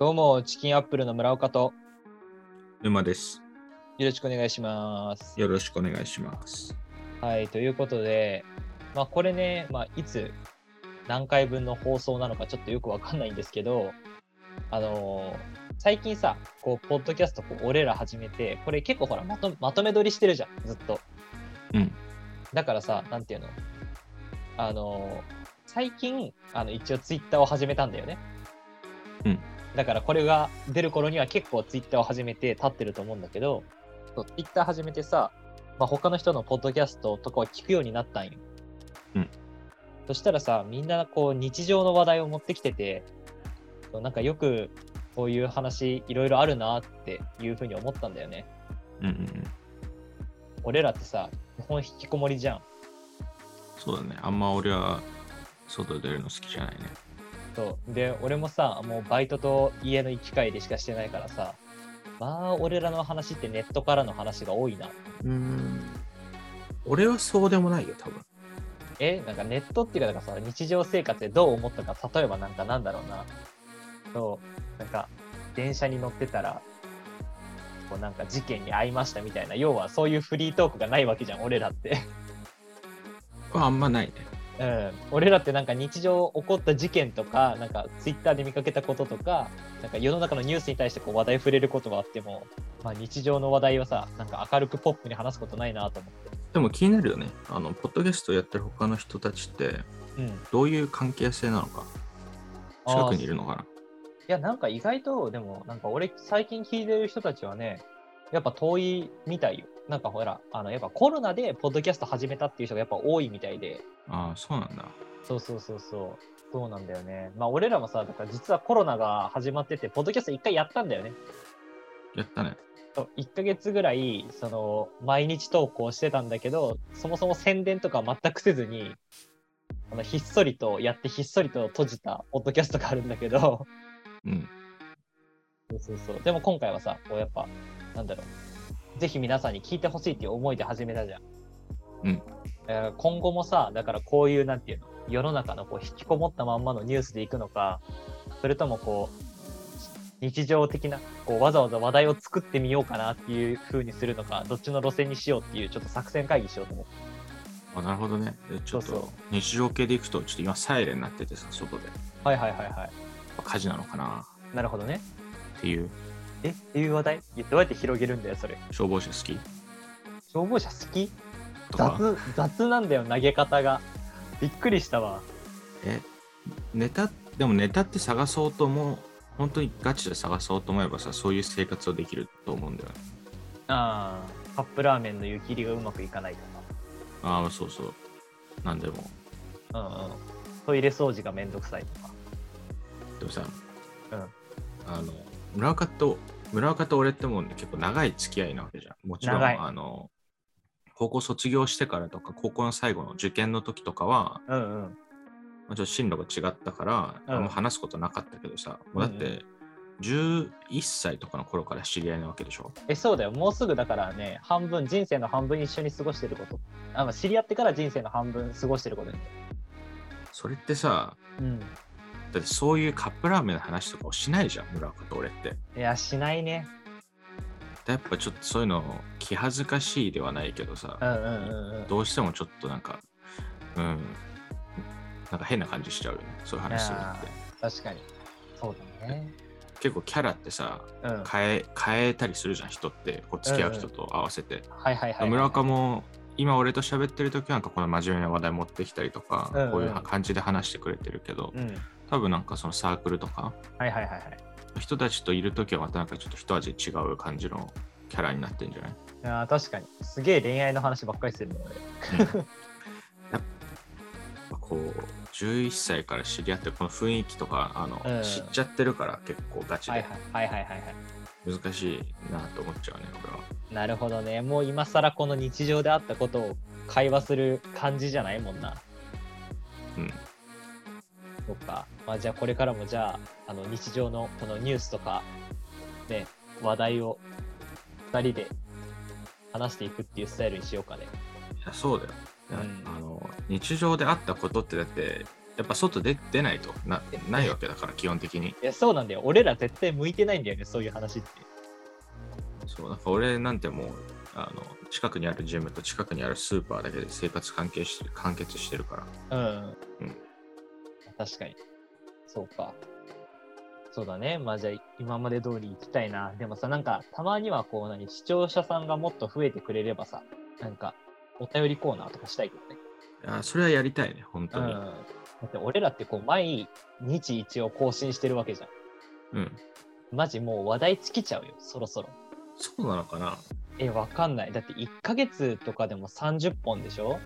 どうも、チキンアップルの村岡と、沼です。よろしくお願いします。よろしくお願いします。はい、ということで、まあ、これね、まあ、いつ、何回分の放送なのかちょっとよくわかんないんですけど、あのー最近さ、こう、ポッドキャスト、こう俺ら始めて、これ結構ほらまと、まとめ撮りしてるじゃん、ずっと。うん。だからさ、なんていうのあのー最近、あの、一応ツイッターを始めたんだよね。うん。だからこれが出る頃には結構ツイッターを始めて立ってると思うんだけど、そうツイッター始めてさ、まあ、他の人のポッドキャストとかを聞くようになったんよ。うん。そしたらさ、みんなこう日常の話題を持ってきてて、そうなんかよくこういう話いろいろあるなっていうふうに思ったんだよね。うんうんうん。俺らってさ、基本引きこもりじゃん。そうだね。あんま俺は外出るの好きじゃないね。そうで俺もさもうバイトと家の行き帰りしかしてないからさまあ俺らの話ってネットからの話が多いなうん。俺はそうでもないよ、多分。えなんかネットっていうかなんかさ日常生活でどう思ったか例えばなんかなんだろうなそうなんか電車に乗ってたらこうなんか事件に遭いましたみたいな要はそういうフリートークがないわけじゃん俺らって あんまないね。うん、俺らってなんか日常起こった事件とか、なんかツイッターで見かけたこととか、なんか世の中のニュースに対してこう話題触れることがあっても、まあ、日常の話題をさ、なんか明るくポップに話すことないなと思でも気になるよね。あの、ポッドキャストやってる他の人たちって、って。うん、どういう関係性なのか。近くにいるのかな。いや、なんか意外と、でも、なんか俺最近聞いてる人たちはね、やっぱ遠いみたいよ。なんかほら、あのやっぱコロナでポッドキャスト始めたっていう人がやっぱ多いみたいで、ああ、そうなんだ。そうそうそうそう。そうなんだよね。まあ俺らもさ、だから実はコロナが始まってて、ポッドキャスト一回やったんだよね。やったね。 1ヶ月ぐらいその毎日投稿してたんだけどそもそも宣伝とか全くせずにあのひっそりとやってひっそりと閉じたポッドキャストがあるんだけどうん。そうそうそうでも今回はさこうやっぱなんだろうぜひ皆さんに聞いてほしいっていう思いで始めたじゃん。うんえー今後もさだからこういうなんていうの世の中のこう引きこもったまんまのニュースでいくのかそれともこう日常的なこうわざわざ話題を作ってみようかなっていう風にするのかどっちの路線にしようっていうちょっと作戦会議しようと思ってあなるほどね。でちょっそうそとう日常系でいくと、ちょっと今サイレンになっててさ、外で。はいはいはいは火事なのかないなるほどねっていう。えっていう話題いやどうやって広げるんだよそれ消防車好き消防車好きとか。雑雑なんだよ投げ方がびっくりしたわえネタでもネタって探そうとも本当にガチで探そうと思えばさそういう生活をできると思うんだよねああカップラーメンの湯切りがうまくいかないとああそうそうなんでもか、うんうん、トイレ掃除がめんどくさいとかでもさ、うんあの村岡と村岡と俺ってもう結構長い付き合いなわけじゃんもちろん長いあの高校卒業してからとか高校の最後の受験の時とかはうんうんまあちょっと進路が違ったから、うんあんま話すことなかったけどさ、もうだっうんうて11歳とかの頃から知り合いなわけでしょえそうだよもうすぐだからね半分人生の半分一緒に過ごしてることあ、まあ、知り合ってから人生の半分過ごしてることねそれってさうんだってそういうカップラーメンの話とかをしないじゃん村岡と俺ってだかいやしないねらやっぱちょっとそういうの気恥ずかしいではないけどうさんうんうんうんどうしてもちょっとなんかうんなんか変な感じしちゃうよねそういう話するのっていや確かにそうだね結構キャラってさうんはい変え変えたりするじゃん人ってこう付き合う人と合わせて、はいはい、はい、村岡も今俺と喋ってる時はなんかこの真面目な話題持ってきたりとか、うんうんこういう感じで話してくれてるけど、うん多分なんかそのサークルとかはいはいはいはい人たちといる時はまたなんかちょっと一味違う感じのキャラになってんじゃないあー確かにすげえ恋愛の話ばっかりするの俺こう11歳から知り合ってこの雰囲気とかあの、うん知っちゃってるから結構ガチはいではいはいはいはいはい難しいなと思っちゃうね、俺はなるほどねもう今更この日常であったことを会話する感じじゃないもんなうんそっか、まあ、じゃあこれからもじゃああの日常のこのニュースとかね話題を2人で話していくっていうスタイルにしようかねいやそうだよ、いやうんあの日常であったことってだってやっぱ外で出ないとなないわけだから基本的にいや、そうなんだよ。俺ら絶対向いてないんだよね、そういう話って。そうなんか俺なんてもうあの近くにあるジムと近くにあるスーパーだけで生活関係して完結してるからうん。うん確かに。そうか。そうだね。まあじゃあ、今まで通り行きたいな。でもさ、なんか、たまにはこう、何、視聴者さんがもっと増えてくれればさ、なんか、お便りコーナーとかしたいけどね。あそれはやりたいね本う当ん。にだって俺らってこう、毎日一応更新してるわけじゃん。うんマジもう話題尽きちゃうよ、そろそろ。そうなのかなえ、わかんない。だって1ヶ月とかでも30本でしょ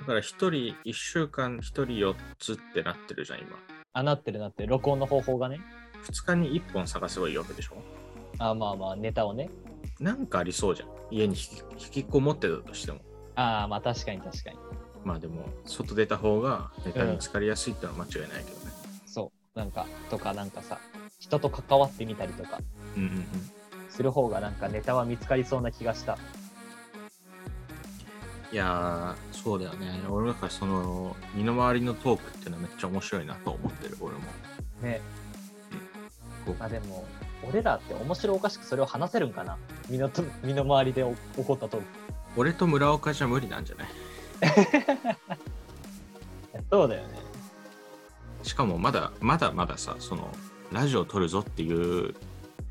だから1人1週間1人4つってなってるじゃん今あ、なってるなってる、録音の方法がね。 2日に1本探せばいいわけでしょあ、まあまあ、ネタをね。なんかありそうじゃん家に引き引きこもってたとしてもああ、まあ確かに確かに。まあでも外出た方がネタ見つかりやすいってのは間違いないけどね、そう。なんか、とかなんかさ、人と関わってみたりとか、うんうんうん、する方がなんかネタは見つかりそうな気がした。いやーそうだよね俺もだからその身の回りのトークっていうのはめっちゃ面白いなと思ってる俺もね。こうまあでも、俺らって面白おかしくそれを話せるんかな身のと 身の回りでお起こったトーク。俺と村岡じゃ無理なんじゃないそうだよね。しかもまだまだまださそのラジオ撮るぞっていう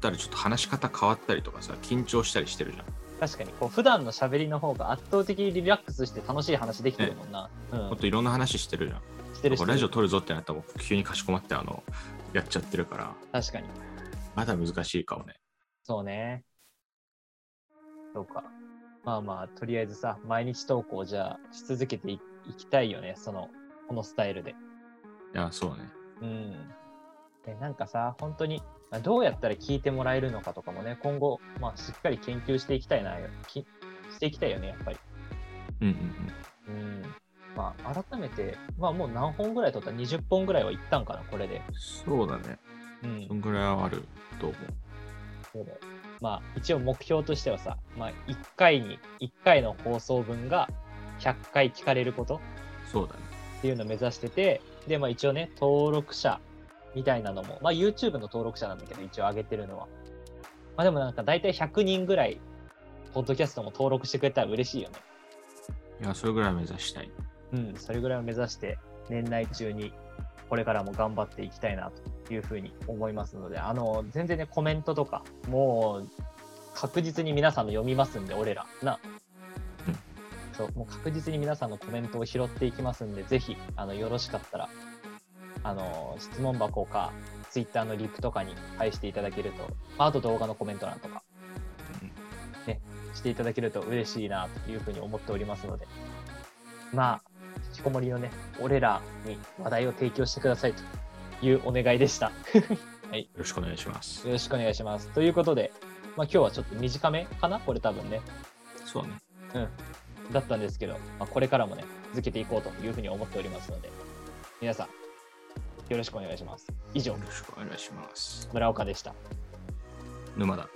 たらちょっと話し方変わったりとかさ緊張したりしてるじゃん確かに、こう、普段の喋りの方が圧倒的にリラックスして楽しい話できてるもんな。もっといろんな話してるじゃんうん。してるしこうてラジオる。撮るぞってなったらもう急にかしこまってあのやっちゃってるから確かに。まだ難しいかもねそうね。そうか。まあまあ、とりあえずさ、毎日投稿じゃあし続けていいきたいよね。その、このスタイルで。いやそうねうん。でなんかさ、本当に、まあどうやったら聞いてもらえるのかとかもね、今後、まあ、しっかり研究していきたいな、きしていきたいよね、やっぱり。うんうんうんうん。まあ、改めて、まあ、もう何本ぐらい撮った ?20 本ぐらいはいったんかな、これで。そうだねうんそ。んぐらいはあると思うそうだよまあ、一応目標としてはさ、まあ、1回に、1回の放送分が100回聞かれることそうだねっていうのを目指してて、で、まあ一応ね、登録者みたいなのも、まあ YouTube の登録者なんだけど、一応上げてるのは。まあでもなんか大体100人ぐらい、ポッドキャストも登録してくれたら嬉しいよね。いやそれぐらいは目指したいうん、それぐらいを目指して、年内中に、これからも頑張っていきたいなというふうに思いますので、あの、全然ね、コメントとか、もう、確実に皆さんの読みますんで、俺ら。なうん。そう、もう確実に皆さんのコメントを拾っていきますんで、ぜひ、あの、よろしかったら、あの、質問箱か、ツイッターのリプとかに返していただけると、まあ、あと動画のコメント欄とか、ね、していただけると嬉しいなというふうに思っておりますので、まあ、引きこもりのね、俺らに話題を提供してくださいというお願いでした。よろしくお願いしますよろしくお願いします。ということで、まあ、今日はちょっと短めかなこれ多分ね。そうねだったんですけど、まあ、これからもね、続けていこうというふうに思っておりますので、皆さん、よろしくお願いします。以上よ、ろしくお願いします村岡でした。沼だ